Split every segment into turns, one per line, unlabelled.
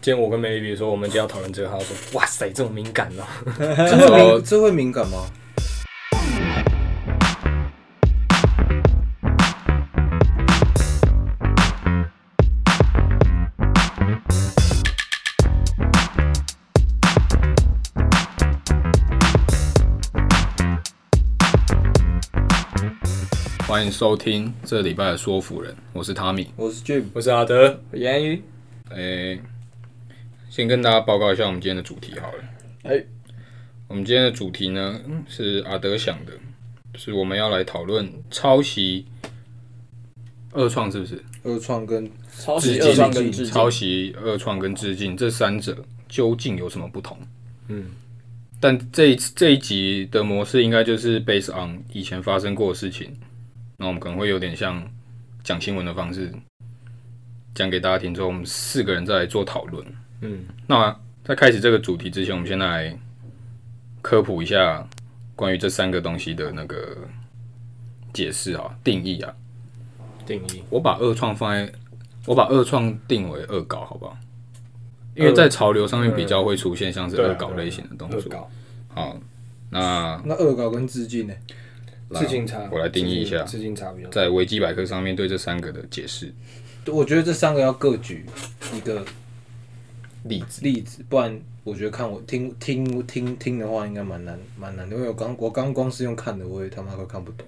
今天我跟梅丽比说我们今天要讨论这个，他说哇塞，这么敏感哦、
这会敏这会敏感吗？
欢迎收听这礼拜的说服人，我是汤米。
我是 Jim，
我是阿德，言语
诶、先跟大家报告一下我们今天的主题好了。
哎
我们今天的主题呢嗯是阿德想的，就是我们要来讨论抄袭、二创是不是？
二创跟
抄袭
致
二
敬
创跟致敬
抄，袭、二创跟致敬这三者究竟有什么不同？
嗯，
但这一这一集的模式应该就是 based on 以前发生过的事情，那我们可能会有点像讲新闻的方式讲给大家听之后，我们四个人再来做讨论。
嗯，
那在开始这个主题之前，我们先来科普一下关于这三个东西的那个解释啊、定义啊。
定义
我把二创放在，我把二创定为恶搞，好不好？因为在潮流上面比较会出现像是
对啊
恶搞类型的东
恶
西。
搞
好，那
那恶搞跟致敬呢？
致敬差，
我来定义一下
致敬差比较
在维基百科上面对这三个的解释
我觉得这三个要各举一个
例子。
例子，不然我觉得看我听听听听的话，应该蛮难蛮难的，因为我刚我刚光是用看的，我也他妈快看不懂。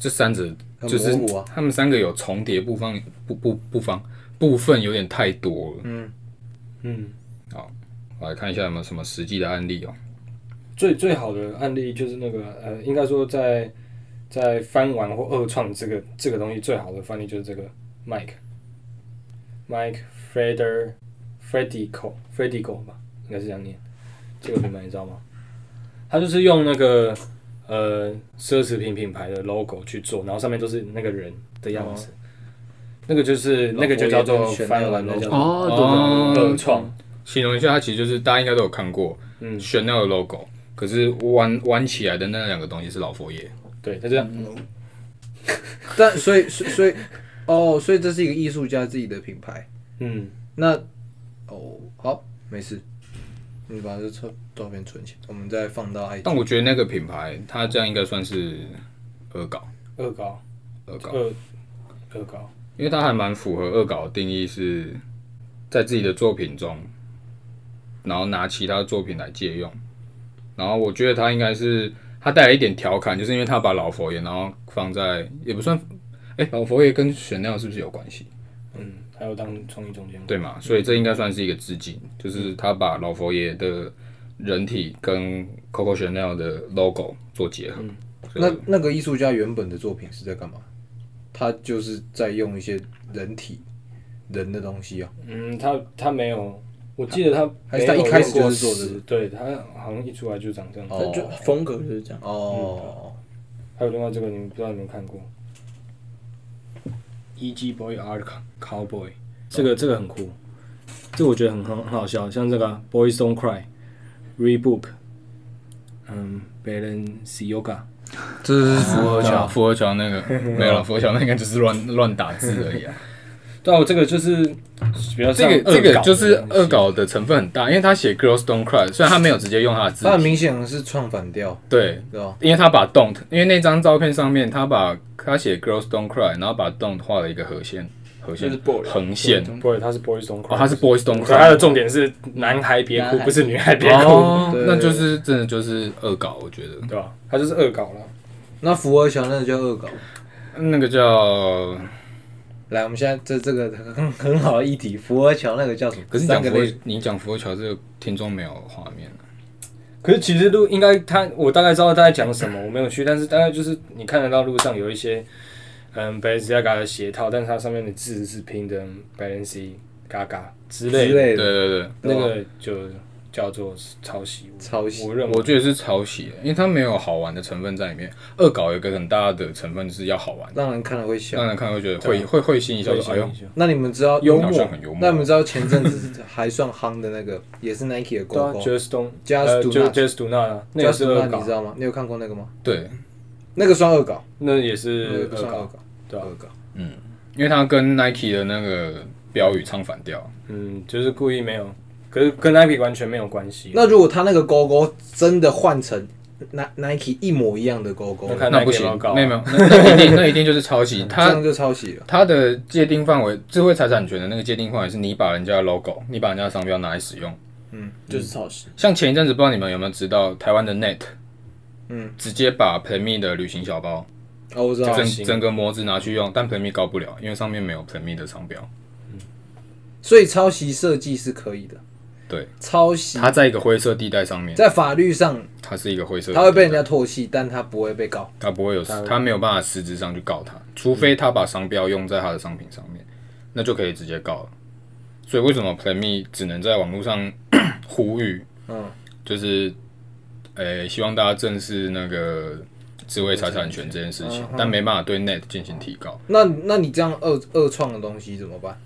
这三者
很
就是
模糊啊
他们三个有重叠部分，不不不方部分有点太多了。
嗯，
我来看一下有没有什么实际的案例哦。
最最好的案例就是那个呃，应该说在在翻玩或二创这个这个东西最好的范例就是这个 Mike Mike Freder Fredico Fredico 吧，应该是这样念。这个品牌你知道吗？他就是用那个呃奢侈品品牌的 logo 去做，然后上面都是那个人的样子。那个就是那个就叫做翻玩，那叫做
哦
哦
二创。
形容一下，它其实就是大家应该都有看过，
嗯
选那个 logo，可是弯弯起来的那两个东西是老佛爷。
对，他就这样。
但所以所以所以哦，所以这是一个艺术家自己的品牌。
嗯，
那哦好，没事，你把这照照片存起来，我们再放到 i
但我觉得那个品牌，它这样应该算是恶搞，
恶搞，
恶搞，
恶恶搞。
因为它还蛮符合恶搞的定义，是在自己的作品中，然后拿其他作品来借用。然后我觉得它应该是它带来一点调侃，就是因为它把老佛爷，然后放在也不算，哎、老佛爷跟选料是不是有关系？
嗯，还有当创意总监。
对嘛？所以这应该算是一个致敬，就是他把老佛爷的人体跟 Coco Chanel 的 logo 做结合。
啊
所以
那那个艺术家原本的作品是在干嘛？他就是在用一些人体人的东西啊，
嗯，他他没有，我记得他
还是他一开始就是做的
的，对他好像一出来就长这样。
哦
就风格就是这样。嗯
哦，
还有另外这个，你们不知道有没有看过？E.G. Boy R Cowboy，这个这个很酷，这我觉得很很很好笑，像这个啊 Boys Don't Cry、Rebook，嗯，Balenciaga，
这是符
合桥
符合桥 那个没有了，符合桥那个就是乱乱打字而已 啊。
对啊，我这个就是比较
这
像
个这
恶
个
搞
就是
的东西
恶，搞的成分很大，因为他写 Girls Don't Cry，虽然他没有直接用他的字
他很
体，
明显是唱反调，
对，
对吧？
因为他把 Don't，因为那张照片上面他把他写 Girls Don't Cry，然后把 Don't 画了一个横线，横
就是
线
boy
横线，
不是，他是 Boys Don't Cry，
哦，他是 Boys Don't
可它
Cry
的。重点是男孩别哭
男，孩
不是女孩别哭，
哦，
对
那就是真的就是恶搞，我觉得。
对吧？他就是恶搞了。
那福尔桥那个叫恶搞。
那个叫，
来，我们现在这这个很很好的议题，福尔桥那个叫什么？
可是你
三
讲
个
佛
类，，
你讲佛桥这个听众没有画面啊
可是其实路应该他，我大概知道他在讲什么，我没有去，但是大概就是你看得到路上有一些嗯 Balenciaga 的鞋套，但是它上面的字是拼的 Balenciaga 之类
之
的，
类
对
的哦
对对，
那个就叫做抄袭。
抄袭
我认为
我觉得是抄袭，因为它没有好玩的成分在里面。恶搞有一个很大的成分就是要好玩，
让人看了会笑
让。人看会觉得会会会心一笑，说哎呦，
那你们知道
幽默好像很幽默
那你们知道前阵子还算夯的那 个，也是 Nike 的
对啊
勾勾
，Just Don't，
Just
呃
Do
Ju-
Not
Just Do Not，啊那也是
Just Do
恶
Not，你
搞
知，道吗？你有看过那个吗？
对，
那个算恶搞，
那也
那
是
个
恶
算恶
搞，
搞，
对啊
恶搞。
因为它跟 Nike 的那个标语唱反调。
嗯，就是故意没有，可是跟 Nike 完全没有关系。啊
那如果他那个勾勾真的换成 Ni- Nike 一模一样的勾勾
那，看
那不
Nike
行
要，告啊
那没有，那那一定那一定就是抄 袭。
这
他
样就抄袭了。
他的界定范围，智慧财产权的那个界定范围是你把人家的 logo，你把人家的商标拿来使用。
嗯
就是抄袭。
像前一阵子，不知道你们有没有知道，台湾的 Net，
嗯，
直接把 Playme 的旅行小包
哦，我知道
造
整
型
整个模子拿去用，但 Playme 告不了，因为上面没有 Playme 的商标。
所以抄袭设计是可以的。
对，
抄袭
它在一个灰色地带上面，
在法律上
它是一个灰色地带，
他会被人家唾弃，但他不会被告。
他不会有，他没有办法实质上去告他，除
嗯
非他把商标用在他的商品上面，那就可以直接告了。所以为什么 Playme 只能在网络上 呼吁，
嗯，
就是，呃、希望大家正视那个智慧财产权这件事情，
嗯哼
但没办法对 Net 进行提高。
那那你这样恶恶创的东西怎么办？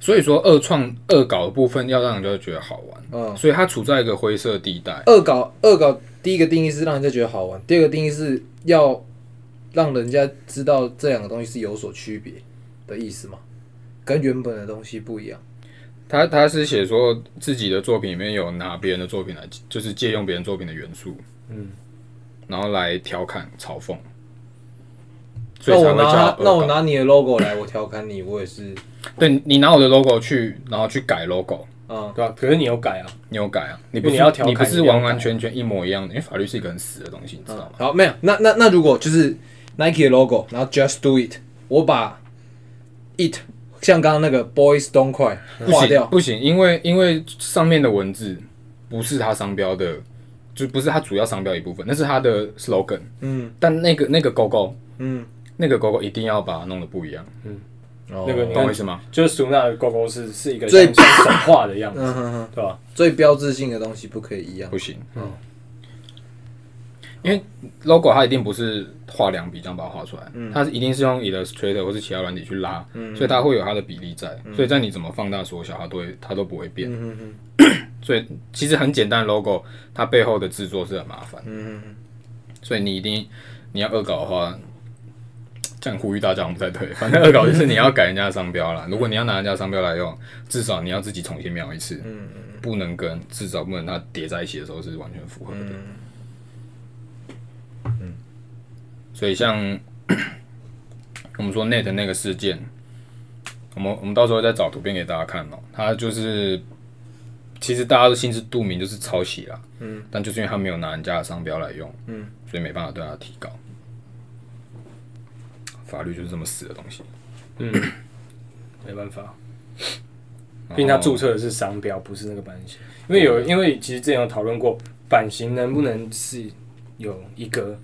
所以说，恶创恶搞的部分要让人家觉得好玩，
嗯，
所以它处在一个灰色地带。
恶搞恶搞，第一个定义是让人家觉得好玩，第二个定义是要让人家知道这两个东西是有所区别的意思嘛，跟原本的东西不一样。
他他是写说自己的作品里面有拿别人的作品来，就是借用别人作品的元素，
嗯，
然后来调侃嘲讽，所
那
以
我
才会
拿
叫
他
恶
那我
搞。
拿你的 logo 来，我调侃你，我也是，
对你拿我的 logo 去，然后去改 logo，
嗯，
对吧、可是你有改啊，
你有改啊？你
因
不
为你
是
要调侃
你不是
你要
完完
改
全全一模一样的，因为法律是一个很死的东西，你知道吗？
嗯好，没有，那那那如果就是 Nike 的 logo，然后 Just Do It，我把 It 像刚刚那个 Boys Don't Cry
不
嗯划
行
掉，
不行，因为因为上面的文字不是它商标的，就不是它主要商标一部分，那是它的 slogan。
嗯
但那个那个勾勾，
嗯，
那个勾勾一定要把它弄得不一样，
那
那个
哦
你
你
懂
看
我意思吗？
就是苏娜的勾勾是是一个
最
像像神话的样子，
嗯哼哼，
对吧、
最标志性的东西不可以一样
不。行，
嗯
因为 logo 它一定不是画两笔这样把它画出来，
嗯
它是一定是用 Illustrator 或是其他软体去拉，
嗯
所以它会有它的比例在，所以在你怎么放大缩小，它都会它都不会变。
嗯哼哼，
所以其实很简单的 logo，它背后的制作是很麻烦，
嗯哼哼，
所以你一定你要恶搞的话。这样呼吁大家好像不太对， 反正恶搞就是你要改人家的商标啦。如果你要拿人家的商标来用，至少你要自己重新描一次，
嗯
不能跟至少不能它叠在一起的时候是完全符合的。嗯
嗯
所以像 我们说 Net 那个事件，我们我们到时候再找图片给大家看哦。它就是其实大家都心知肚明，就是抄袭啦。
嗯，
但就是因为他没有拿人家的商标来用，
嗯，
所以没办法对他提高。法律就是这么死的东西。
没办法，
然后
毕竟它注册的是商标，不是那个版型。因为有，因为其实之前有讨论过，版型能不能是有一个，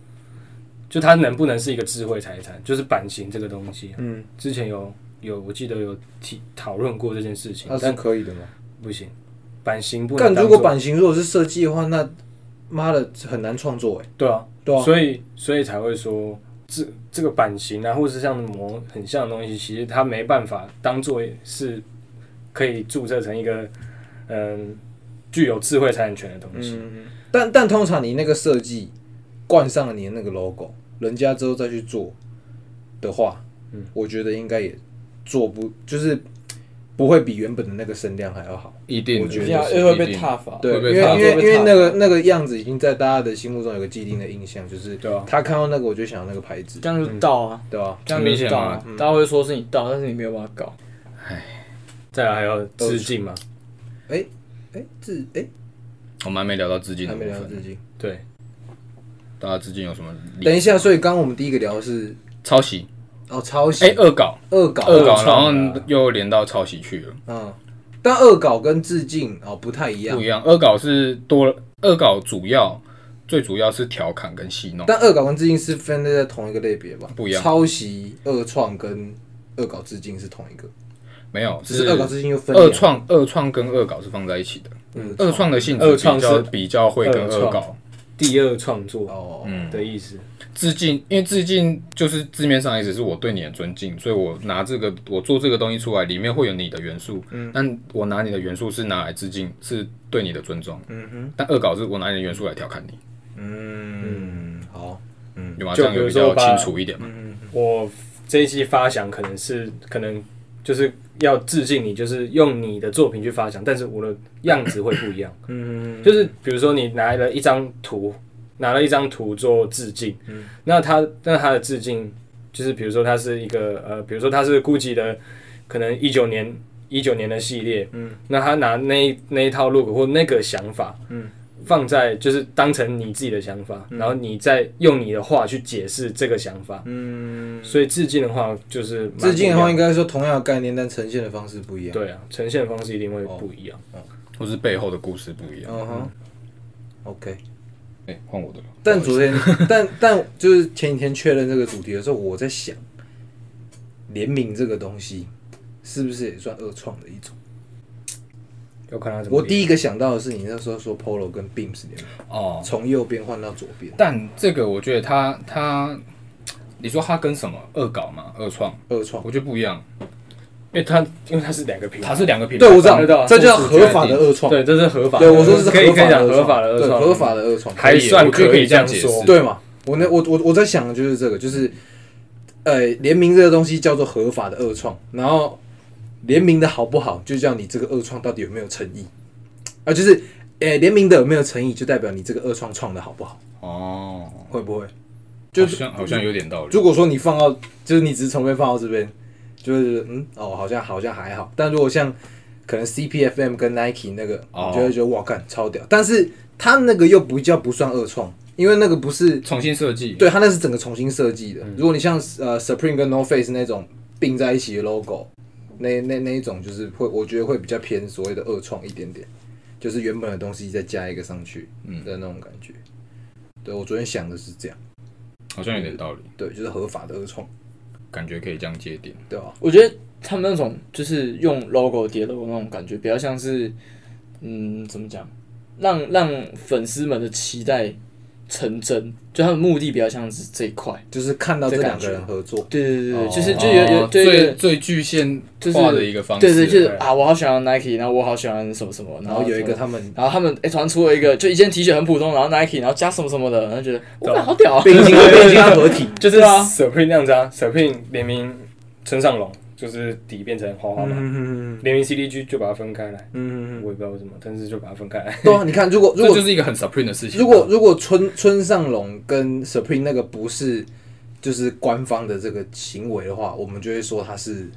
就它能不能是一个智慧财产，就是版型这个东西。
嗯，
之前有有，我记得有提讨论过这件事情
那，啊是
但
可以的吗？
不行，版型不能
但
当
如果
做
版型如果是设计的话，那妈的很难创作哎。
对啊，
对啊，
所以所以才会说这这个版型啊，或是像模很像的东西，其实它没办法当做是可以注册成一个嗯具有智慧财产权的东西。
嗯，但但通常你那个设计冠上了你的那个 logo，人家之后再去做的话，
嗯，
我觉得应该也做不就是不会比原本的那个声量还要好。
一定的，
我觉得
要
就是一定
又会被踏伐。
对，
会
因
被
为
踏伐
因为
会
因
被
为
踏伐
那个那个样子已经在大家的心目中有个既定的印象，就是
对啊
他看到那个我就想要那个牌子，
这样就盗啊，
对吧？
这
嗯
样
很明
就
显嗯
盗
嘛
啊，大家会说是你盗，但是你没有办法搞。
再来还有致敬嘛，
哎，自哎
我们还没聊到致敬
还
的部
没聊到
分，
致敬，
对，
大家致敬有什么理？
等一下，所以刚刚我们第一个聊的是
抄袭，
哦抄
哎、
袭、
恶搞，
恶搞、
恶搞，
恶创
然后
啊
又连到抄袭去了。
嗯，但恶搞跟致敬哦不太一样
不，一样，恶搞是多了，恶搞主要最主要是调侃跟戏弄，
但恶搞跟致敬是分类在同一个类别吧？
不一样
抄袭、恶创跟恶搞致敬是同一个，
没有，
只是恶搞致敬又分
恶创恶创跟恶搞是放在一起的，恶创的性质
恶
比
创
较
是
比较会跟恶
恶
搞
创第二创作
哦，
嗯
的意思。
致敬，因为致敬就是字面上的意思是我对你的尊敬，所以我拿这个我做这个东西出来，里面会有你的元素，嗯，但我拿你的元素是拿来致敬，是对你的尊重，
嗯哼，
但恶搞是我拿你的元素来调侃你，
嗯，好，
有吗？这
就
样有
比
比
如说
较
嗯
把
清楚一点嘛，
我这一期发想可能是可能就是要致敬你，就是用你的作品去发想，但是我的样子会不一样。
嗯，
就是比如说你拿了一张图，拿了一张图做致敬，
嗯
那他那他的致敬就是比如说它是一个呃，比如说它是 GUCCI 的可能一九年一九年的系列，嗯，那他拿那一那一套 look 或那个想法，
嗯。
放在就是当成你自己的想法，
嗯
然后你再用你的话去解释这个想法，
嗯，
所以致敬的话就是蛮
致敬的
不一
话，
样
应该说同样的概念，但呈现的方式不一样。，
对啊，呈现方式一定会不一
哦
样。
或是背后的故事不一样。
嗯哼，OK。
哎、换我的了。
但昨 天，但但就是前几天确认这个主题的时候，我在想，联名这个东西是不是也算二创的一种？
要看他怎么
我
练。
第一个想到的是你那时候说 Polo 跟 Beams 联名，
哦，
从右边换到左边，
但这个我觉得他他，你说他跟什么恶搞嘛，恶创，
二创。
我觉得不一样，
因为他因为他是两个品牌，
它是两个品牌，
对，我知
我知道
道，这叫
我是觉得
合法的二创。
对，这是合法的。
对，我说这是
可以可
合
以
法的
讲
二
合法的二
创对
创，
合法的二创。
还算
我觉得可
以
以
这
这
样
样解释
说。
对嘛？我那我我我在想的就是这个，就是，呃，联名这个东西叫做合法的二创，然后联名的好不好，就叫你这个二创到底有没有诚意啊？就是，呃，联名的有没有诚意，就代表你这个二创创的好不好，
哦，
会不会？
就
就是是
好像好像有点道理。
如果说你放到，就是你只是从这边放到这边，就会觉得嗯哦，好像好像还好。但如果像可能 CPFM 跟 Nike 那个，
哦
你就会觉得哇干超屌，但是他那个又不叫不算二创，因为那个不是
重新设计，
对，它那是整个重新设计的。如果你像呃 Supreme 跟 No Face 那种并在一起的 logo，那那那一种就是会，我觉得会比较偏所谓的二创一点点，就是原本的东西再加一个上去
嗯
的那种感觉。对我昨天想的是这样，
好像有点道理，
对，就是合法的二创，
感觉可以这样界定。
对吧？
我觉得他们那种就是用 logo 叠 logo 那种感觉，比较像是，嗯，怎么讲，让让粉丝们的期待成真，就他们目的比较像是这一块。
就是看到
这
这
感
两个
觉
人合作，
对对对对，就是
哦
就有有就有
最最具现
就是
化的一个方式，哦
对对，就是
对
啊，我好喜欢 Nike，然后我好喜欢什么什么，
然
后
后有一
什
个
么。
他们
然后他们哎，突然出了一个，就一件 T 恤很普通，然后 Nike，然后加什么什么的，然后觉得哇，好屌啊！
并肩 并肩合体，
就是
对啊
Supreme 那样子啊，Supreme 联名村上龙，就是底变成花花嘛，
嗯
联名 CDG 就把它分开来，我
嗯，
也不知道为什么，但是就把它分开来。
对啊，你看，如果如
这
果
就是一个很 supreme 的事情。
如果如果村村上龙跟 Supreme 那个不是就是官方的这个行为的话，我们就会说他是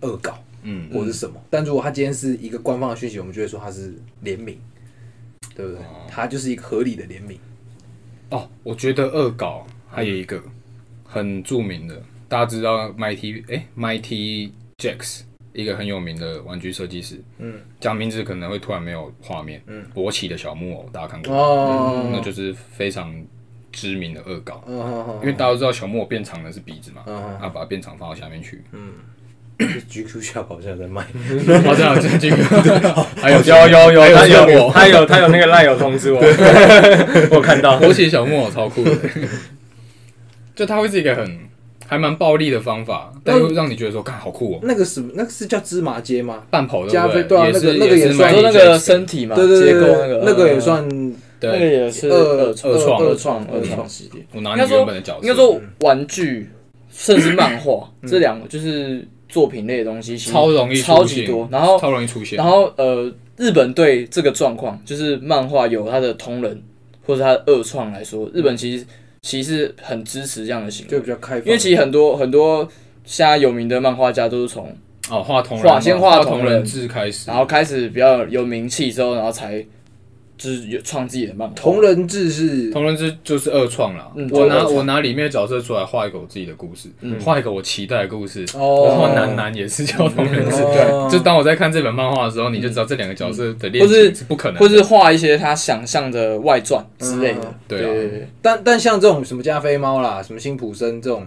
恶搞
嗯，
或者是什么。但如果他今天是一个官方的讯息，我们就会说他是联名，对不对？他就是一个合理的联名。
哦，我觉得恶搞还有一个很著名的，大家知道 Mighty 哎、Mighty Jacks 一个很有名的玩具设计师，嗯，讲名字可能会突然没有画面，嗯，勃起的小木偶大家看过，嗯
哦
那就是非常知名的恶搞，
嗯哼哼
因为大家都知道小木偶变长的是鼻子嘛，
嗯
啊，把它变长放到下面去，
，GQ 下好像在卖，
好哦这样这这 个，还有还
他
有木
有
偶，
他有他有那个赖友通知我，我看到。
勃起小木偶超酷的， 就它会是一个很还蛮暴力的方法，但又让你觉得说，看好酷哦。
那个是那个是叫芝麻街吗？
半跑
加
对
菲
不
对啊
也是
那个那个也
是
我
算
卖
说
力
那
健
个
身
身体嘛，
对对
啊结
对
构那
对
个，，嗯
那个也算
那个
对，
也是
二
二
二创
二创
二
二
创
创系列。
我拿
应该
你
说
原本的角色，
应该说玩具，甚至漫画
嗯
这两个就是作品类的东西，其实
超容易出现
超级多。然后
超容易出现，
然后呃，日本对这个状况，就是漫画有它的同人或者它的二创来说，日本其实其实很支持这样的行
就
为
比，较开放，
因为其实很多很多现在有名的漫画家都是从
哦画同人
画
嘛
先画
画
同
同
人
人志开始，
然后开始比较有名气之后，然后才就是有创自己的漫画。
同人志是
同人志就是二创啦
嗯。
我
就二
拿
创嗯
我拿里面的角色出来画一个我自己的故事，画一个我期待的故事。
哦
然后男男也是叫同人志，
哦
对， 就当我在看这本漫画的时候，你就知道这两个角色的恋
或是
情是不可能的，
或是画一些他想象的外传之类的
嗯，
对啊
对对，
但但像这种什么加菲猫啦，什么辛普森这种，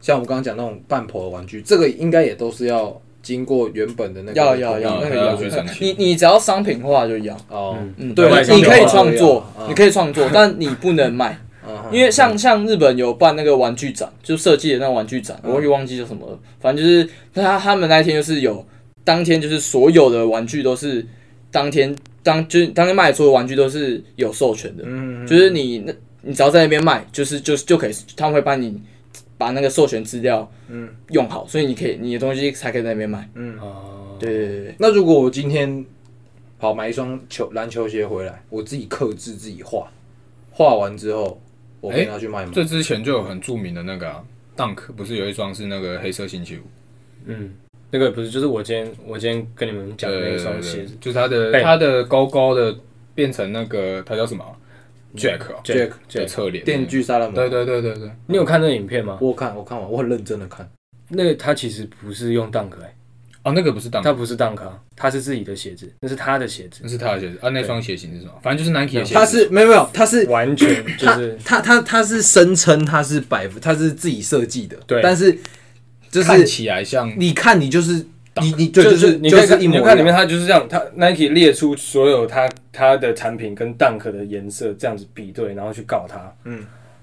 像我们刚刚讲那种半婆的玩具，这个应该也都是要经过原本的那个
要要要
嗯
那个
还要
要
去申，请
你你只要商品化就要，
哦，
嗯，
对
对
外，商
你
品
可以
化
创作
要啊，
你可以 创作，但你不能卖，
嗯
因为像像日本有办那个玩具展，就设计的那玩具展，
嗯
我也忘记叫什么了，反正就是他他们那一天就是有，当天就是所有的玩具都是当天当就是当天卖的所有玩具都是有授权的，
嗯，
就是你那你只要在那边卖，就是就就可以，他们会帮你把那个授权资料嗯用好，所以你可以你的东西才可以在那边卖。
哦，
对对对对，
那如果我今天好买一双球篮球鞋回来，我自己刻制自己画，画完之后我可以拿去卖吗？
这之前就有很著名的那个、啊、Dunk，不是有一双是那个黑色星期五
嗯，那个不是，就是我今天我今天跟你们讲的那双鞋
对对
子
对就是它的
哎
它的高高的变成那个它叫什么啊 Jack 哦
Jack，
的侧脸
电锯杀人魔，
对对对对对，
你有看那个影片吗？
我有看我看完，我很认真的看。
那个他其实不是用 Dunk，、欸、
哦，那个不是 Dunk，
他不是 Dunk，啊他是自己的鞋子，那是他的鞋子
那，是他的鞋子啊，那双鞋型是什么？反正就是 Nike 的鞋子。
他是没有没有，他是
完全就
他
是
他他他是声称他是百分，他是自己设计的，
对
但是就
看
是
起来像
你看你就是你你对
是
是
你
就
可以
是
看，
一
你
模
就
一
看里面
样，
它就是这样，它 Nike 列出所有它它的产品跟 Dunk 的颜色这样子比对，然后去告它。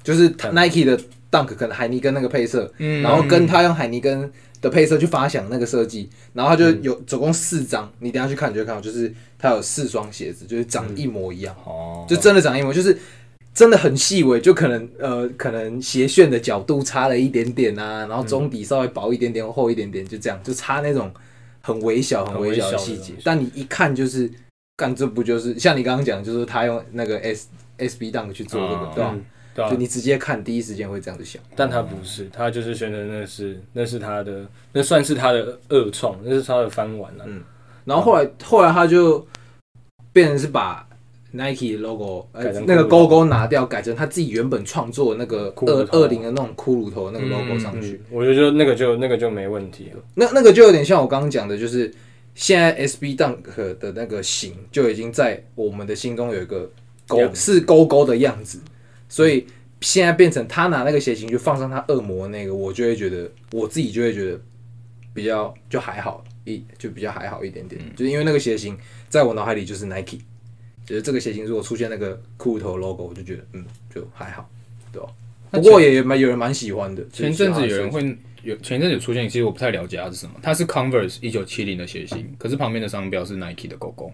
就是他 Nike 的 Dunk 跟海尼根那个配色，
嗯
然后跟他用海尼根的配色去发想那个设计，然后他就
嗯
有总共四张，你等一下去看你就会看到，就是他有四双鞋子，就是长一模一样，
哦，
就真的长一模，就是。真的很细微，就可能呃，可能斜旋的角度差了一点点啊，然后中底稍微薄一点点、厚一点点，就这样，就差那种很微小、很
很微
微
小
小的
的
细节
东西。
但你一看就是，干这不就是像你刚刚讲，就是他用那个 S S B Dunk 去做这个
哦，
对吧？
嗯对
就
啊，
你直接看，第一时间会这样子想。
但它不是，它就是宣称那是那是它的，那算是它的恶创，那是它的翻啊碗了、
嗯然后后来后来他就变成是把 Nike logo 呃
改成骷髅头
那个勾勾拿掉，改成他自己原本创作的那个
骷
二
髅头啊
二零的那种骷髅头的那个 logo 上去。
嗯，我觉得就那个就那个就没问题了。
那那个就有点像我刚刚讲的，就是现在 SB Dunk 的那个型就已经在我们的心中有一个勾
样子
是勾勾的样子，所以现在变成他拿那个鞋型去放上他恶魔那个，我就会觉得我自己就会觉得比较就还好一就比较还好一点点，
嗯
就是因为那个鞋型在我脑海里就是 Nike，就是这个鞋型如果出现那个骷髅头 logo，我就觉得嗯就还好，对吧？
那
不过也蛮有人蛮喜欢的。就是
前阵
喜欢它
子
的设
有人
计
会有前阵子有出现，其实我不太了解它是什么。它是 Converse 一九七零的鞋型，可是旁边的商标是 Nike 的狗狗，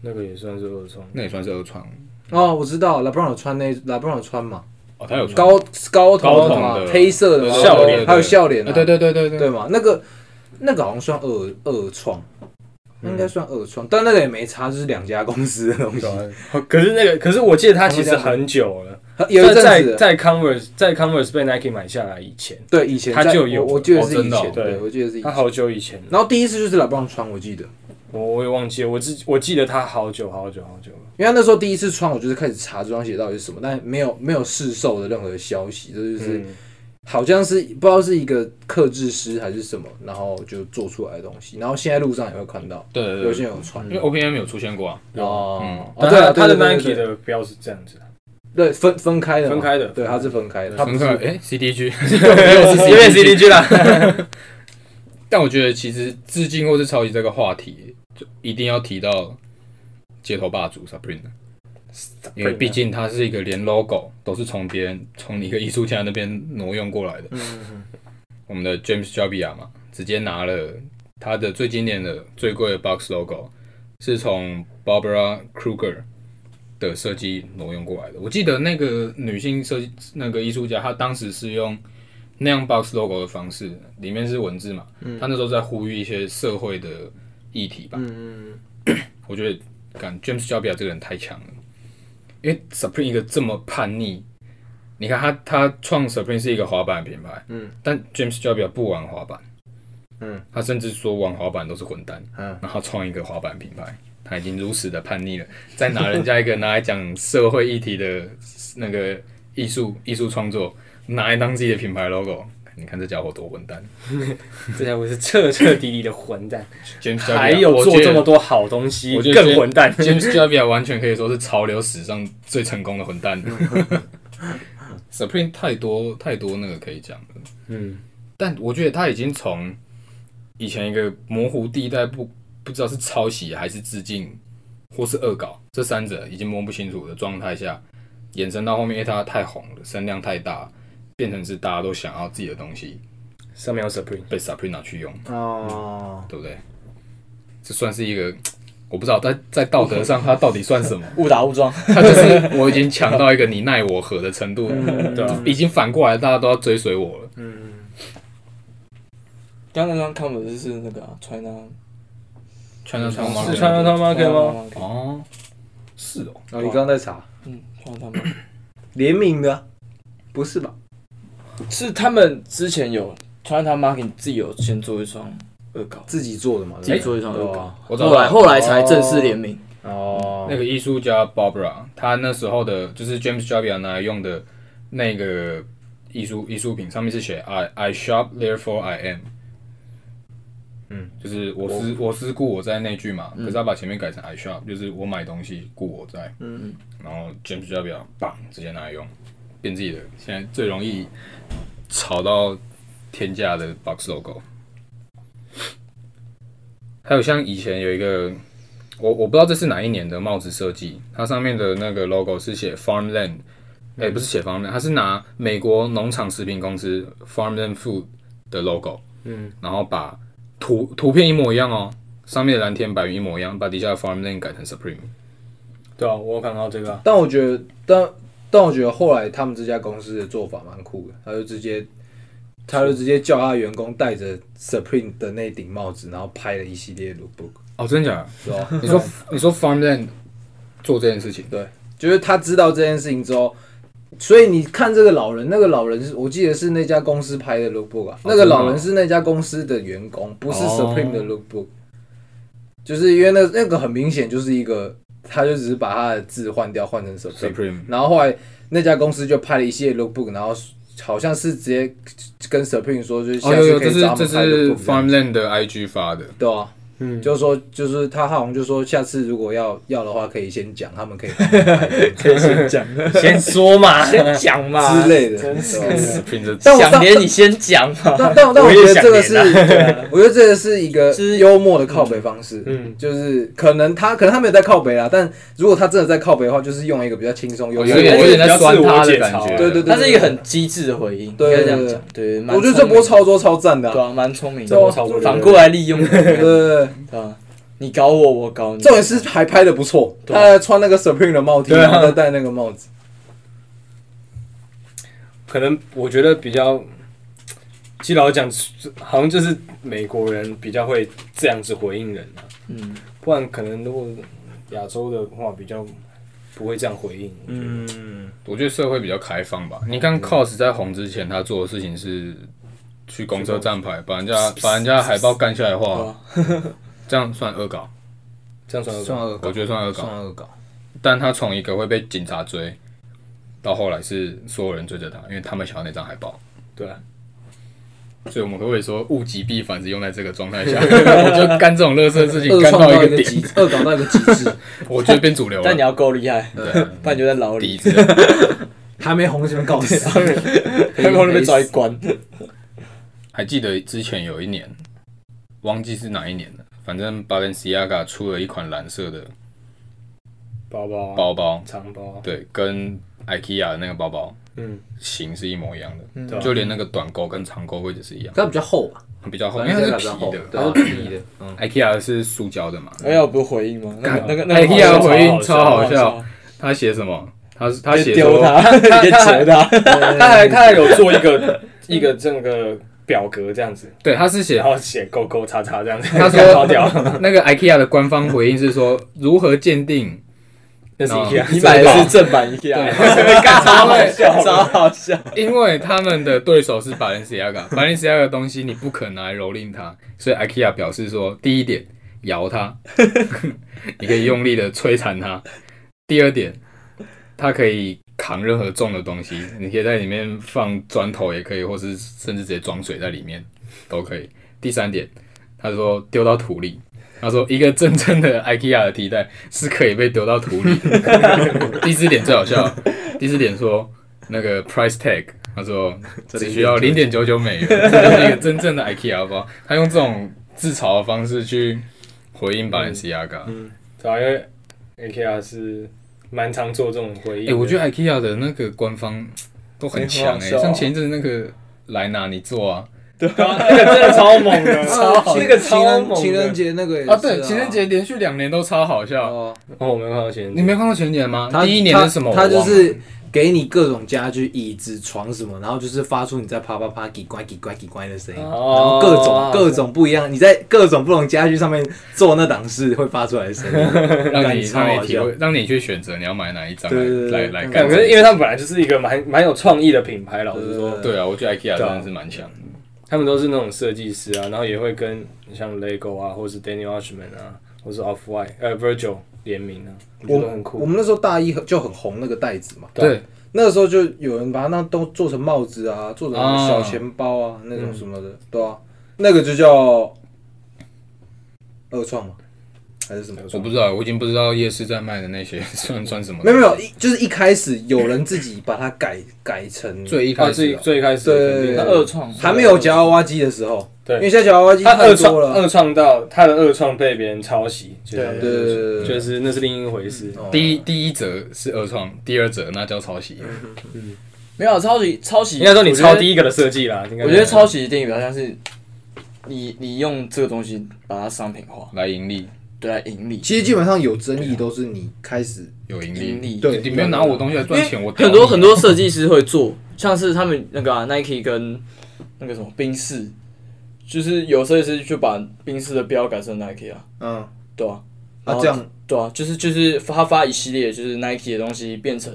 那个也算是恶创，
那也算是二创
哦，我知道，LeBron 有穿那 LeBron 有穿嘛，
哦。它有穿
高高头
高筒
嘛，
的
黑色的嘛
对
笑
脸
还有笑脸啊，
啊对对对对对，
对嘛，那个那个好像算二二创，应该算二创，但那个也没差，就是两家公司的东西
对。啊可是那个，可是我记得它其实很久了，
有一阵
在
子，
在 Converse 在 Converse 被 Nike 买下来以前，
对以前
它
在
就有
我我记得
哦
是以
真的哦
前，
对
对我记得是以
它
前。
好久以前了。
然后第一次就是 LeBron 穿，我记得，
我我也忘记了，我记我记得他好久好久好久了。
因为他那时候第一次穿，我就是开始查这双鞋到底是什么，但没有没有试售的任何消息，这就是。
嗯
好像是不知道是一个克制师还是什么，然后就做出来的东西，然后现在路上也会看到，
对对对
有些人有穿
因为 OPM 有出现过啊。
哦，哦
但
对
他
啊，
他的
对对对
Nike
对
的标是这样 子的，
对分分开的嘛，
分开的
对，它是分开的，它不
乘
是
客哎 CDG，
因为 CDG 啦。
但我觉得其实致敬或是抄袭这个话题，就一定要提到街头霸主 Sabrina，因为毕竟它是一个连 logo 都是从别人从一个艺术家那边挪用过来的。我们的 James Jabia 嘛，直接拿了他的最经典的最贵的 box logo，是从 Barbara Kruger 的设计挪用过来的。我记得那个女性设计那个艺术家，她当时是用那样 box logo 的方式，里面是文字嘛，
嗯
她那时候在呼吁一些社会的议题吧。
嗯
我觉得，感 James Jabia 这个人太强了，因为 Supreme 一个这么叛逆。你看他，他创 Supreme 是一个滑板品牌，嗯，但 James Jabia 不玩滑板，
嗯，
他甚至说玩滑板都是混蛋，
嗯，
然后创一个滑板品牌，他已经如此的叛逆了，再拿人家一个拿来讲社会议题的那个艺术艺术创作，拿来当自己的品牌 logo，你看这家伙多混蛋
这家伙啊是彻彻底底的混 蛋，
，James Jabia
还有
我
做
觉得
这么多好东西
我觉，得
更混蛋。
James Javier 完全可以说是潮流史上最成功的混 蛋。Supreme 太多太多那个可以讲了，
嗯，
但我觉得他已经从以前一个模糊地带不不知道是抄袭还是致敬或是恶搞这三者已经摸不清楚的状态下，衍生到后面，因为他太红了，声量太大，变成是大家都想要自己的东西
上面有 Supreme，
被 Supreme 拿去用，
哦，
对不对？这算是一个我不知道在在道德上他到底算什么，
误打误撞，
他就是我已经强到一个你奈我何的程度了，
对啊
已经反过来大家都要追随我了。
嗯，
刚刚那张看我的是那个啊 China，
China
是 China Town Market 吗？
Town Market？
哦，是哦，
哦，你刚刚在查
嗯，China Town Market
联名的啊，不是吧？
是他们之前有 China Town Market 自己有先做一双恶搞，
自己做的嘛？
自己
对不
做一双恶
对
搞
啊，
我找到
后
了
来后来才正式联名。
对哦，
那个艺术家 Barbara，他那时候的就是 James Jobbia 拿来用的那个艺术艺术品，上面是写 I I shop therefore I am。
嗯，
就是我思我思故我在那句嘛，可是他把前面改成 I shop，就是我买东西故我在。
嗯，
然后 James Jobbia 棒直接拿来用，变自己的现在最容易炒到天价的 box logo。还有像以前有一个我我不知道这是哪一年的帽子设计，它上面的那个 logo 是写 farmland，哎、不是写 farmland，它是拿美国农场食品公司 farmland food 的 logo，
嗯，
然后把图图片一模一样哦，上面的蓝天白云一模一样，把底下的 farmland 改成 supreme，
对啊，我有看到这个啊、
但我觉得，但但我觉得后来他们这家公司的做法蛮酷的，他就直接，他就直接叫他员工戴着 Supreme 的那顶帽子，然后拍了一系列 lookbook，
哦，真的假的？
是啊吧？
你说你说 farmland 做这件事情，
就是他知道这件事情之后，所以你看这个老人，那个老人是我记得是那家公司拍的 lookbook 啊，那个
真的
老
哦
人是那家公司的员工，不是
哦
Supreme 的 lookbook，、就是因为那那个很明显就是一个，他就只是把他的字换掉，换成 Supreme。
Supreme
然后后来那家公司就拍了一系列 lookbook，然后好像是直接跟 Supreme 说，就是
哦
下
有有，
次可
这
以
是
找他
这
们拍
是
lookbook 这样子。
farmland 的 IG 发的，
对啊，
嗯，
就是说，就是他好像就说，下次如果要要的话，可以先讲，他们可以帮忙拍
可以先讲，
先说嘛，
先讲嘛
之类的。
真是
对啊
Supreme 的
但我
想连你先讲嘛。
但但但我
我也
觉得
想
这个
连
是
啊，
我觉得这个是一个
就是
幽默的靠北方式。
嗯，
就是可能他可能他没有在靠北啦，但如果他真的在靠北的话，就是用一个比较轻松幽
哦有
默。
一点有一点在酸他的感觉，
对对对
它是一个很机智的回应，
对
应该这样讲。对，蛮
我觉得这波
聪明
操作超赞的
的，
啊、
对啊，蛮聪明
这波
的，
操作
反过来利用，
对对
对
对对。
啊， 你搞我，我搞你
重，点是还拍的不错，
对啊
他穿那个 Supreme 的帽 T，
对啊
然后再戴那个帽子，
可能我觉得比较，其实老实讲，好像就是美国人比较会这样子回应人啊，
嗯，
不然可能如果亚洲的话比较不会这样回应。嗯，
嗯，
我觉得社会比较开放吧。你看 cos 在红之前，他做的事情是去公车站牌，把人家把人家海报干下来
对
画，
哦
啊，
这样算恶搞，
这样算有
恶
我觉得算恶搞。
恶搞。
但他从一个会被警察追，到后来是所有人追着他，因为他们想要那张海报。
对啊，
所以我们可不可以说物极必反是用在这个状态下？我就干这种乐色事情，
恶
干
创到
到一
一
个
个
点
极，，恶搞到一个极致，
我觉得变主流
但你
了。
要够厉害，
对，
不然你就在牢
底
里，
子
还没红就被告 死，
然后被抓一关。
还记得之前有一年，忘记是哪一年了，反正 Balenciaga 出了一款蓝色的
包包、啊、
包包，
长包啊，
对，跟 IKEA 的那个包包
嗯，
型是一模一样的，
嗯
对啊
就连那个短钩跟长钩位置是一样，
它比较厚啊吧，
啊比较厚，因为它是皮
它是
的
皮的，嗯，
，IKEA 是塑胶的嘛。
哎呀，我不是回应吗？那个那个那个
哎 IKEA
好笑
回应超好
超
笑，他写什么？他他
就
写
丢
说
他，
他
给折他，
他还
嗯
他还有做一个一个这个表格这样子，
对，他是写
然后写勾勾叉叉这样子，
他说
超屌，
那个 IKEA 的官方回应是说，如何鉴定？
那是
哦
IKEA，
你买的是正版 IKEA，超好笑，超好笑。
因为他们的对手是 Balenciaga，Balenciaga 的东西你不可拿来蹂躏它，所以 IKEA 表示说，第一点，摇它， 你可以用力的摧残它；第二点，它可以扛任何重的东西，你可以在里面放砖头也可以，或是甚至直接装水在里面都可以。第三点，他说丢到土里。他说：“一个真正的 IKEA 的替代是可以被丢到土里 的。”第四点最好笑，第四点说那个 price tag，他说只需要零点九九美元，这就是一个真正的 IKEA 包。他用这种自嘲的方式去回应 Balenciaga。哎、
对啊，因为 IKEA 是蛮常做这种回应的。
我觉得 IKEA 的那个官方都很强哎、
很好笑啊
像前一阵那个莱纳你做啊，
那个真的超猛的，
超好
那个超
情人
猛的
情人节那个也是
啊，对，情人节连续两年都超好 笑。
哦，
哦，我没有看到情人
你
节，
没看过情人节吗？
他
第一年是什么？
他他
我
就
忘了
是给你各种家具、椅子、床什么，然后就是发出你在啪啪啪、叽呱叽呱、叽呱的声音，
哦
然后各
哦
种各种不一样，你在各种不同家具上面做那档事会发出来的声音，
让
感
你
觉超好
让你体
笑
会，让你去选择你要买哪一张
对对对
来来来
对
感
干
可是因为他们本来就是一个蛮蛮有创意的品牌，老实说，
对啊，我觉得 IKEA
对
真
啊
的是蛮强的。
他们都是那种设计师啊，然后也会跟像 LEGO 啊，或是 Daniel Ashman 啊，或是 Off White 呃 Virgil 联名啊，我觉
我
得很
我
酷。
们那时候大一很就很红那个袋子嘛，
对，
那个时候就有人把它那都做成帽子啊，做成那个小
啊
钱包啊，那种什么的，对啊，那个就叫二创嘛，还是什么？
我不知道，我已经不知道夜市在卖的那些 算算什么。
没有没有，，一就是一开始有人自己把它改改成，
最一
啊，
开始
最
哦
最开始肯定
对
那
的
二创
还没有夹娃娃机的时候，
对
因为现在夹娃娃机
他
太
二
多
创
了，
二创到他的二创被别人抄袭，就是
对
对
对对对
就是那是另一回事。
哦
第一第一则是二创，第二则那叫抄袭。
没有抄袭抄袭，
应该说你抄第
一，
一个的设计啦，应该
我觉得抄袭的定义比较像是你你用这个东西把它商品化，
来盈利，
对，来盈利。
其实基本上有争议都是你开始
有盈
盈利
利，
对
你没有拿我东西来赚钱，我屌
很多
你
很多设计师会做，像是他们那个、啊、Nike 跟那个什么宾士，就是有设计师就把宾士的标改成 Nike 啊，
嗯
对啊，
啊
然后
这样
对啊，就是就是他发一系列就是 Nike 的东西变成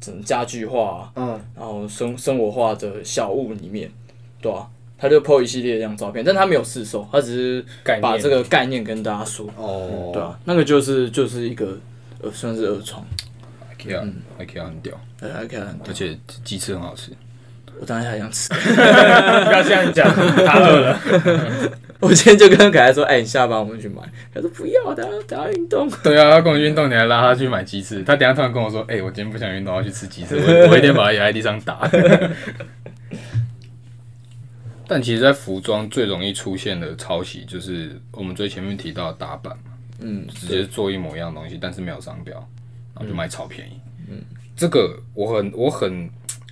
整家具化、啊，
嗯
然后生生活化的小物里面，对啊，他就 po 一系列这样照片，但他没有试售，他只是
概念
把这个概念跟大家说，
哦
对啊，那个就是就是一个呃算是二创，哎
IKEA IKEA 很屌，
大家看，
而且鸡翅很好吃。
啊我当然还想吃。
不要这样讲，他饿了。
我今天就跟凯凯说：“哎、你下班我们去买。”他说：“不要，等下等下运动。
对啊，他跟我运动，你还拉他去买鸡翅。他等一下突然跟我说：“哎、我今天不想运动，要去吃鸡翅。我”我一定把他压在地上 打。但其实，在服装最容易出现的抄袭，就是我们最前面提到的打版嘛，”
嗯，
直接做一模一样的东西，但是没有商标，然后就卖超便宜。嗯，这个我很我很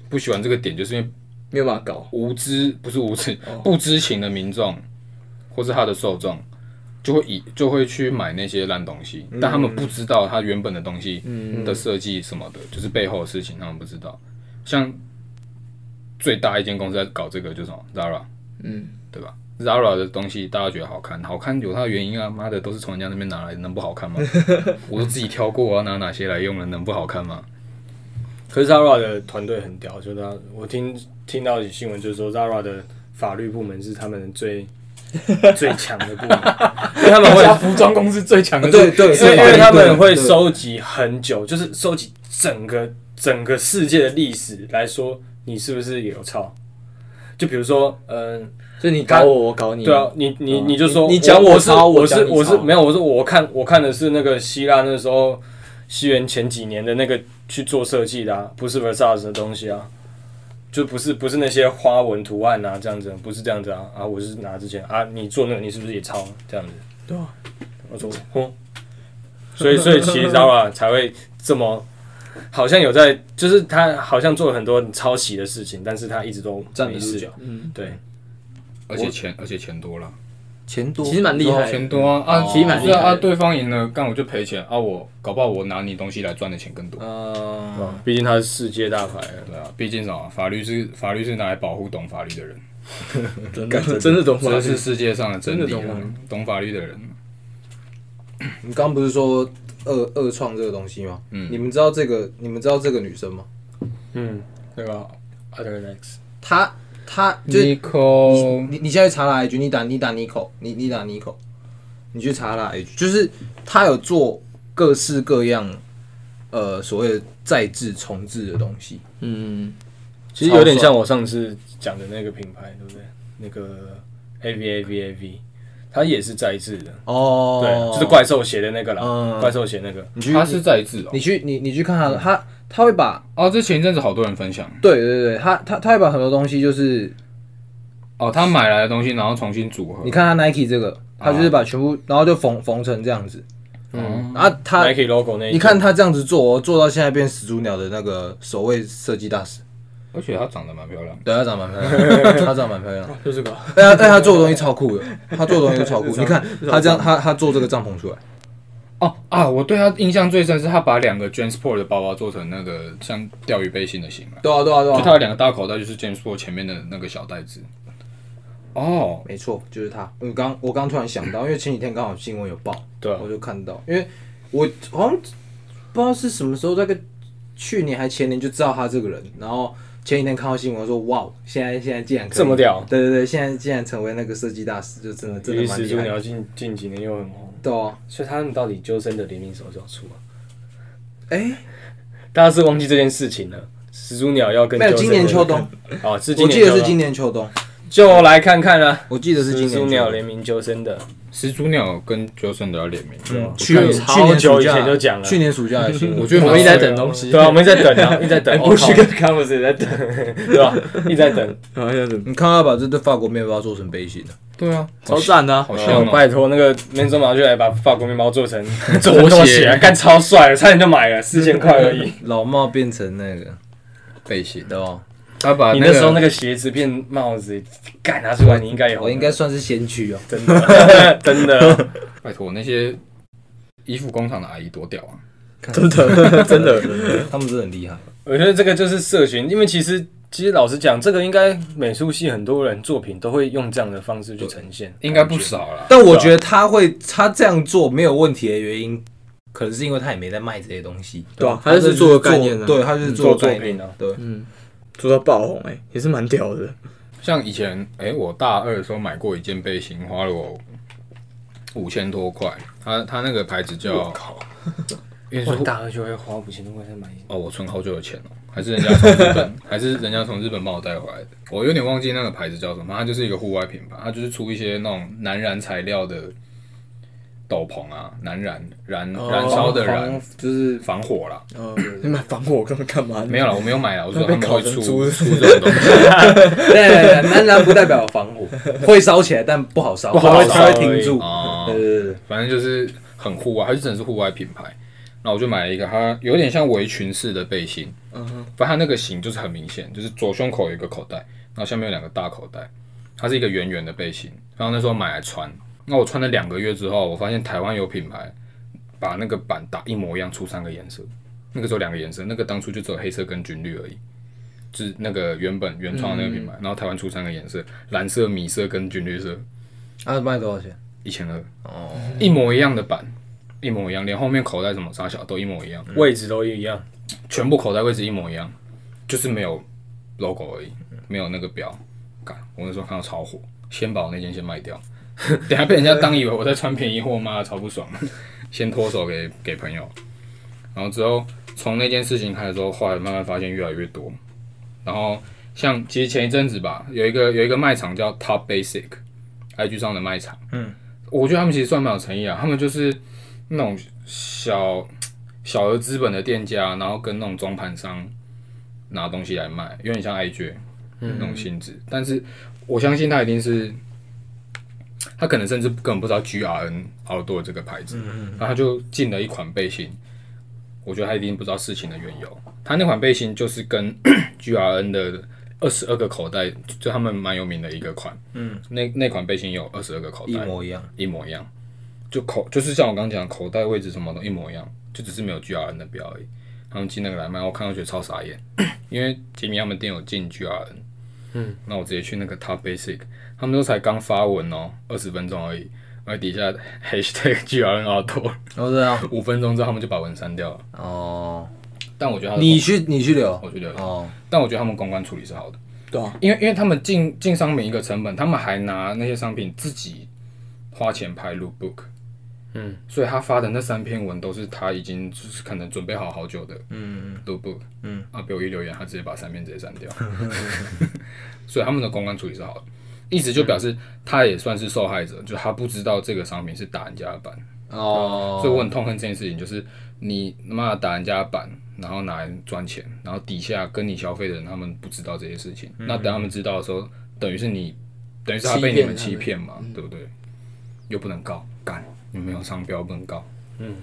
不喜欢这个点，就是因为
没有办法搞。
无知不是无知，不知情的民众或是他的受众，就会以就会去买那些烂东西，但他们不知道他原本的东西的设计什么的，就是背后的事情他们不知道。像最大一间公司在搞这个，就是什么 Zara，
嗯，
对吧？Zara 的东西大家觉得好看，好看有它的原因啊，妈的都是从人家那边拿来的，能不好看吗？我都自己挑过，我啊要拿哪些来用了，能不好看吗？
可是 Zara 的团队很屌，就是他，我听听到新闻就是说 Zara 的法律部门是他们 最最强的部门， 因为他们会
家服装公司最 强的
对啊对，
因为因为他们会
对
收集很久，就是收集整个整个世界的历史来说，你是不是有抄？就比如说，嗯，
所以你搞我，我搞你。
对啊，，你你
嗯
你就说，
你你讲我
是
抄
我
我
是
讲你
我是
抄
没有，我说我看我看的是那个希腊那时候西元前几年的那个去做设计的啊，不是 Versace 的东西啊，就不是不是那些花纹图案啊，这样子不是这样子啊啊，我是拿之前啊，你做那个你是不是也抄这样子？
对啊，
我说哼，所以所以其实 Zara 才会这么。好像有在，就是他好像做了很多很抄袭的事情，但是他一直都
站得
没
住
事
脚。
嗯，
对，
而且钱而且钱多了。
钱多，
其实蛮厉害的。
钱多啊，啊，
其实蛮
不是
厉害
啊，
的
对方赢了，干我就赔钱啊，我搞不好我拿你东西来赚的钱更多。
呃，
毕竟他是世界大牌了。
嗯
对啊，毕竟什么，法律是法律是拿来保护懂法律的人，
真的真的懂吗
这？是世界上的真
真
理
的懂
啊
法律。
懂法律的人，
你刚不是说二二创这个东西吗？
嗯
你们知道这个你们知道这个女生吗？
嗯，那个 Other Next，
她她就是
尼科
你你现在查他 IG，你打你打 Nico，你你打 Nico，你去查他 IG，就是他有做各式各样呃所谓的再制重制的东西。
嗯，
其实有点像我上次讲的那个品牌，对不对？那个 A V A V A V，它也是在制的，
哦
对，就是怪兽鞋的那个啦，
嗯
怪兽鞋那个。
你去
他是在制哦
你，去你你去看他的，他他会把
哦，这前一阵子好多人分享
对对对，他他他会把很多东西就是
哦，他买来的东西然后重新组合
你，看他 Nike 这个，他就是把全部然后就缝缝成这样子，
嗯
啊他。
，Nike logo 那一个，
你看他这样子做、哦，做到现在变始祖鸟的那个首位设计大师，
而且她长得蛮漂亮的，
对，她长得蛮漂亮的，她长得蛮漂亮的。
就这个，
哎呀，哎，她做的东西超酷的，她做的东西都超酷。你看她这样，她她做这个帐篷出来，
哦啊，我对她印象最深是她把两个 James Port 的包包做成那个像钓鱼背心的型了，
对啊，对啊，对
哦
就
啊，
她有两个大口袋，就是 James Port 前面的那个小袋子。哦，
没错，就是他。我刚我刚突然想到，因为前几天刚好新闻有 报，
对啊
我就看到，因为我好像不知道是什么时候，大概去年还前年就知道他这个人，然后前几天看到新闻说，哇，哦现在现在竟然可以
这么屌
对对对，现在竟然成为那个设计大师，就真的真
于
的蛮
是
厉
就
害
你要
的。
近近几年又很红，
对啊，
所以他们到底究真的联名什么时候出啊？
哎，
大家是忘记这件事情了。始祖鸟要跟
没有
Joseph
今年秋冬，
哦，是
我
今年秋
记得
冬，
是今年秋冬，
就来看看啦。
我记得是今
始祖
年
鸟
秋
联
冬。
名纠生的，
始祖鸟跟 Jason 都要联名，
嗯，
去年
超
去年
暑
久以
假
前就讲了
去年暑假的新闻，
我觉得
我
蛮
们一直
帅
在
的
等东西，
对啊，我们一直在等啊，一直在等，
不许
哦
跟 Converse 在等，
靠 对吧？一直在 等，
然后在等，
你看他把这对法国面包做成背心了，
对啊，
超赞的啊，
好
哦
像哦，
拜托那个面中马就来把法国面包做成做
拖
成
鞋
拖鞋，啊干超帅的，差点就买了，四千块而 已。
老帽变成那个，
背心，
对吧？
她把
你
那
啊那时候
个
那个鞋子变帽子，干拿出来，你应该也红
我应该算是先驱哦。
真 的真的，哦
拜托那些衣服工厂的阿姨多屌啊！
真的真的，
他们真的很厉害。
我觉得这个就是社群，因为其实其实老实讲，这个应该美术系很多人作品都会用这样的方式去呈现，
应该不少啦。
但我觉得他会他这样做没有问题的原因，可能是因为他也没在卖这些东西，
对啊
他就
他就是
是
做
做
概念啊
对，他就是
做
作
作
品
品啊。
对，
嗯， 做到爆红哎，也是蛮屌的，
像以前，哎、我大二的时候买过一件背心，花了我五千多块。它它那个牌子叫，因为是
我大二就会花五千多块钱买
哦，我存好久的钱哦，还是人家从日本， 还是人家从日本帮我带回来的。我有点忘记那个牌子叫什么，它就是一个户外品牌，它就是出一些那种难燃材料的斗篷啊，难燃燃燃烧的燃。
就是
防火啦，
哦， 你买防火干干嘛？
没有啦，我没有买啦，我说他
被
们
烤
会
成
出
猪
出这种东西，
对对对，男男不代表防火，会烧起来，但不好烧，
不好
它会
烧
它会
而
停
已
住。
哦
对对对，
反正就是很户外，它就真的是户外品牌。那我就买了一个，它有点像围裙式的背心，
嗯哼，
反正它那个型就是很明显，就是左胸口有一个口袋，然后下面有两个大口袋，它是一个圆圆的背心。然后那时候买来穿，那我穿了两个月之后，我发现台湾有品牌把那个版打一模一样，出三个颜色，那个只有两个颜色，那个当初就只有黑色跟军绿而已。就是那个原本原创的那个品牌，然后台湾出三个颜色：蓝色、米色跟军绿色，
啊，卖多少钱？
一千二，一模一样的版，一模一样，连后面口袋什么啥小都一模一样，
位置都一样，
全部口袋位置一模一样，就是没有 logo 而已，没有那个表。干，我那时候看到超火，先把我那件先卖掉， 等下被人家当以为我在穿便宜货，妈的超不爽。 先脱手给给朋友，然后之后从那件事情开始之后，后来慢慢发现越来越多。然后像其实前一阵子吧，有一个有一个卖场叫 Top Basic，IG 上的卖场，
嗯，
我觉得他们其实算蛮有诚意啊，他们就是那种小小额资本的店家，然后跟那种中盘商拿东西来卖，有点像 IG 那种性质。但是我相信他一定是，他可能甚至根本不知道 GRN Outdoor 这个牌子，然后他就进了一款背心。我觉得他一定不知道事情的缘由。他那款背心就是跟 GRN 的二十二个口袋，就他们蛮有名的一个款。嗯，那那款背心有二十二个口袋，
一模一样。
一模一样，就口就是像我刚刚讲，口袋位置什么都一模一样，就只是没有 GRN 的标而已。他们进那个来卖，我看到觉得超傻眼， 因为吉米他们店有进 GRN，嗯，那我直接去那个 Top Basic，他们都才刚发文哦，二十分钟而已，而底下 Hashtag GRN 好多，
哦，对啊，
五分钟之后他们就把文删掉了。
哦，
但我觉得他的
你
公，
去你去留
我觉得，
哦，
但我觉得他们公关处理是好的。
对啊，
因为因为他们进进商品一个成本，他们还拿那些商品自己花钱拍 look book，
嗯，
所以他发的那三篇文都是他已经就是可能准备好好久的
嗯
look book，
嗯，
啊，给我一留言，他直接把三篇直接删掉， 所以他们的公关处理是好的，意思就表示他也算是受害者，就他不知道这个商品是打人家的版，
哦，
所以我很痛恨这件事情，就是你他妈的打人家板，然后拿来赚钱，然后底下跟你消费的人他们不知道这些事情，那等他们知道的时候，等于是你，等于是他被你们嗯欺骗嘛，对不对？又不能告，干，你没有商标不能告，嗯，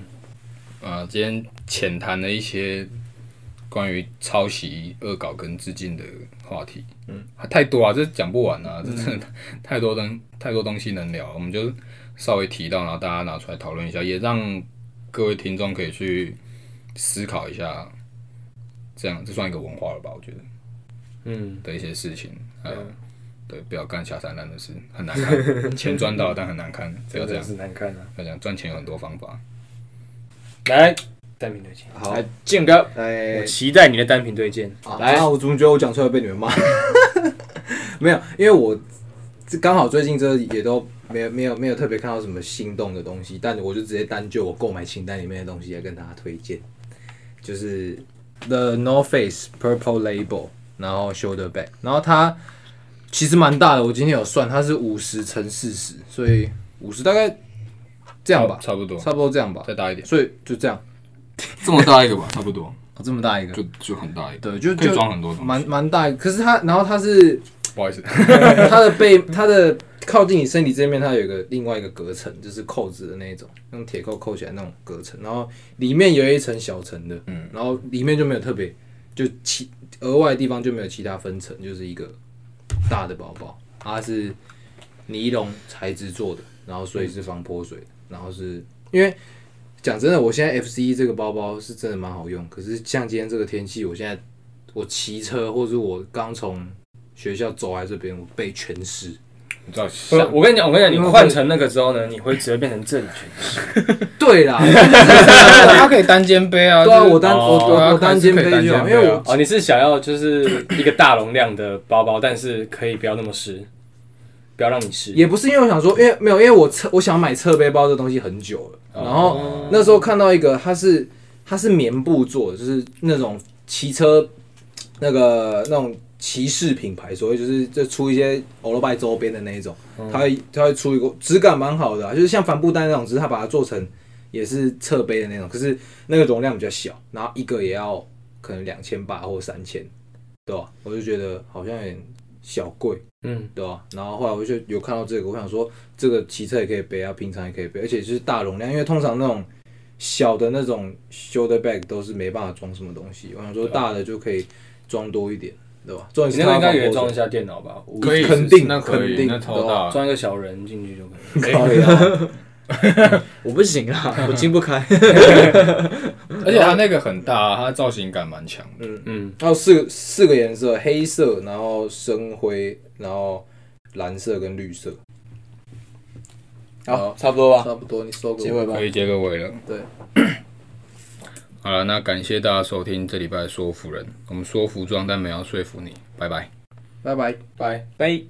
呃，今天浅谈了一些关于抄袭、恶搞跟致敬的话题，嗯，太多啊，这讲不完啊，这真的太多东太多东西能聊，我们就稍微提到，然后大家拿出来讨论一下，也让各位听众可以去思考一下，这样这算一个文化了吧？我觉得
嗯，
的一些事情，还有对，不要干下三滥的事，很难 看，钱赚到但很难看，不要
真
这
的
样，
是难看啊。
不要这样，赚钱有很多方法。
来，单品推荐，
好，哎
来，建哥，
来
我，期待你的单品推荐。
来
啊！我怎么觉得我讲出来被你们骂？ 没有，因为我这刚好最近这也都没有没有没有特别看到什么心动的东西，但我就直接单就我购买清单里面的东西来跟大家推荐，就是 The North Face Purple Label，然后 Shoulder Bag，然后它其实蛮大的，我今天有算，它是五十乘四十，所以五十大概这样吧，
差不多，
差不多这样吧，
再大一点，
所以就这样，
这么大一个吧，差不多，
哦这么大一个，
就就很大一个，
对，就
可以
就
装很多东西。
蛮蛮大一个，可是它然后它是
不 好意思，
它的背，它的靠近你身体这面，它有一个另外一个隔层，就是扣子的那一种，用铁扣扣起来那种隔层，然后里面有一层小层的，嗯，然后里面就没有特别，就其额外的地方就没有其他分层，就是一个大的包包，它是尼龙材质做的，然后所以是防泼水的，然后是因为。讲真的，我现在 F C E 这个包包是真的蛮好用，可是像今天这个天气，我现在我骑车或者是我刚从学校走来这边，我背全湿。
你 知道
不是
像
我跟你讲，我跟你讲，你换成那个之后呢，你会直接变成正 拳。
对啦，
它可以单肩背啊
对啊，我单
哦
我
对啊
我我单肩背
还
就
是可以单肩
好，
背啊
因为我
哦，你是想要就是一个大容量的包包，但是可以不要那么湿，不要让你湿。
也不是因为我想说，因为没有，因为我侧我想买侧背包这东西很久了，然后那时候看到一个，它是它是棉布做的，就是那种骑车那个那种骑士品牌，所以就是就出一些欧罗拜周边的那一种，它会它会出一个质感蛮好的啊、就是像帆布袋那种，只是它把它做成也是侧背的那种，可是那个容量比较小，然后一个也要可能两千八或三千，对吧？我就觉得好像有点小贵。
嗯，
对啊，然后后来我就有看到这个，我想说这个骑车也可以背啊，平常也可以背，而且就是大容量，因为通常那种小的那种 shoulder bag 都是没办法装什么东西，我想说大的就可以装多一点，对吧？重点
你
是
啊那个
它
应该也可
要
以
放
装
口
一下电脑吧？五
可以，
肯定
那可
肯
以，
定
那超大，
装一个小人进去就可以。
水可以啊，
我不行啊，我进不开。
而且它那个很大，它造型感蛮强的，
嗯，
还有四个四个颜色，黑色，然后深灰，然后蓝色跟绿色，
好，差不多吧，
差不多你收
结
给我。
尾吧
可。以结个尾了。
对，
好了，那感谢大家收听这礼拜的说服人，我们说服装，但没有要说服你，拜拜。
拜拜。
拜。
拜。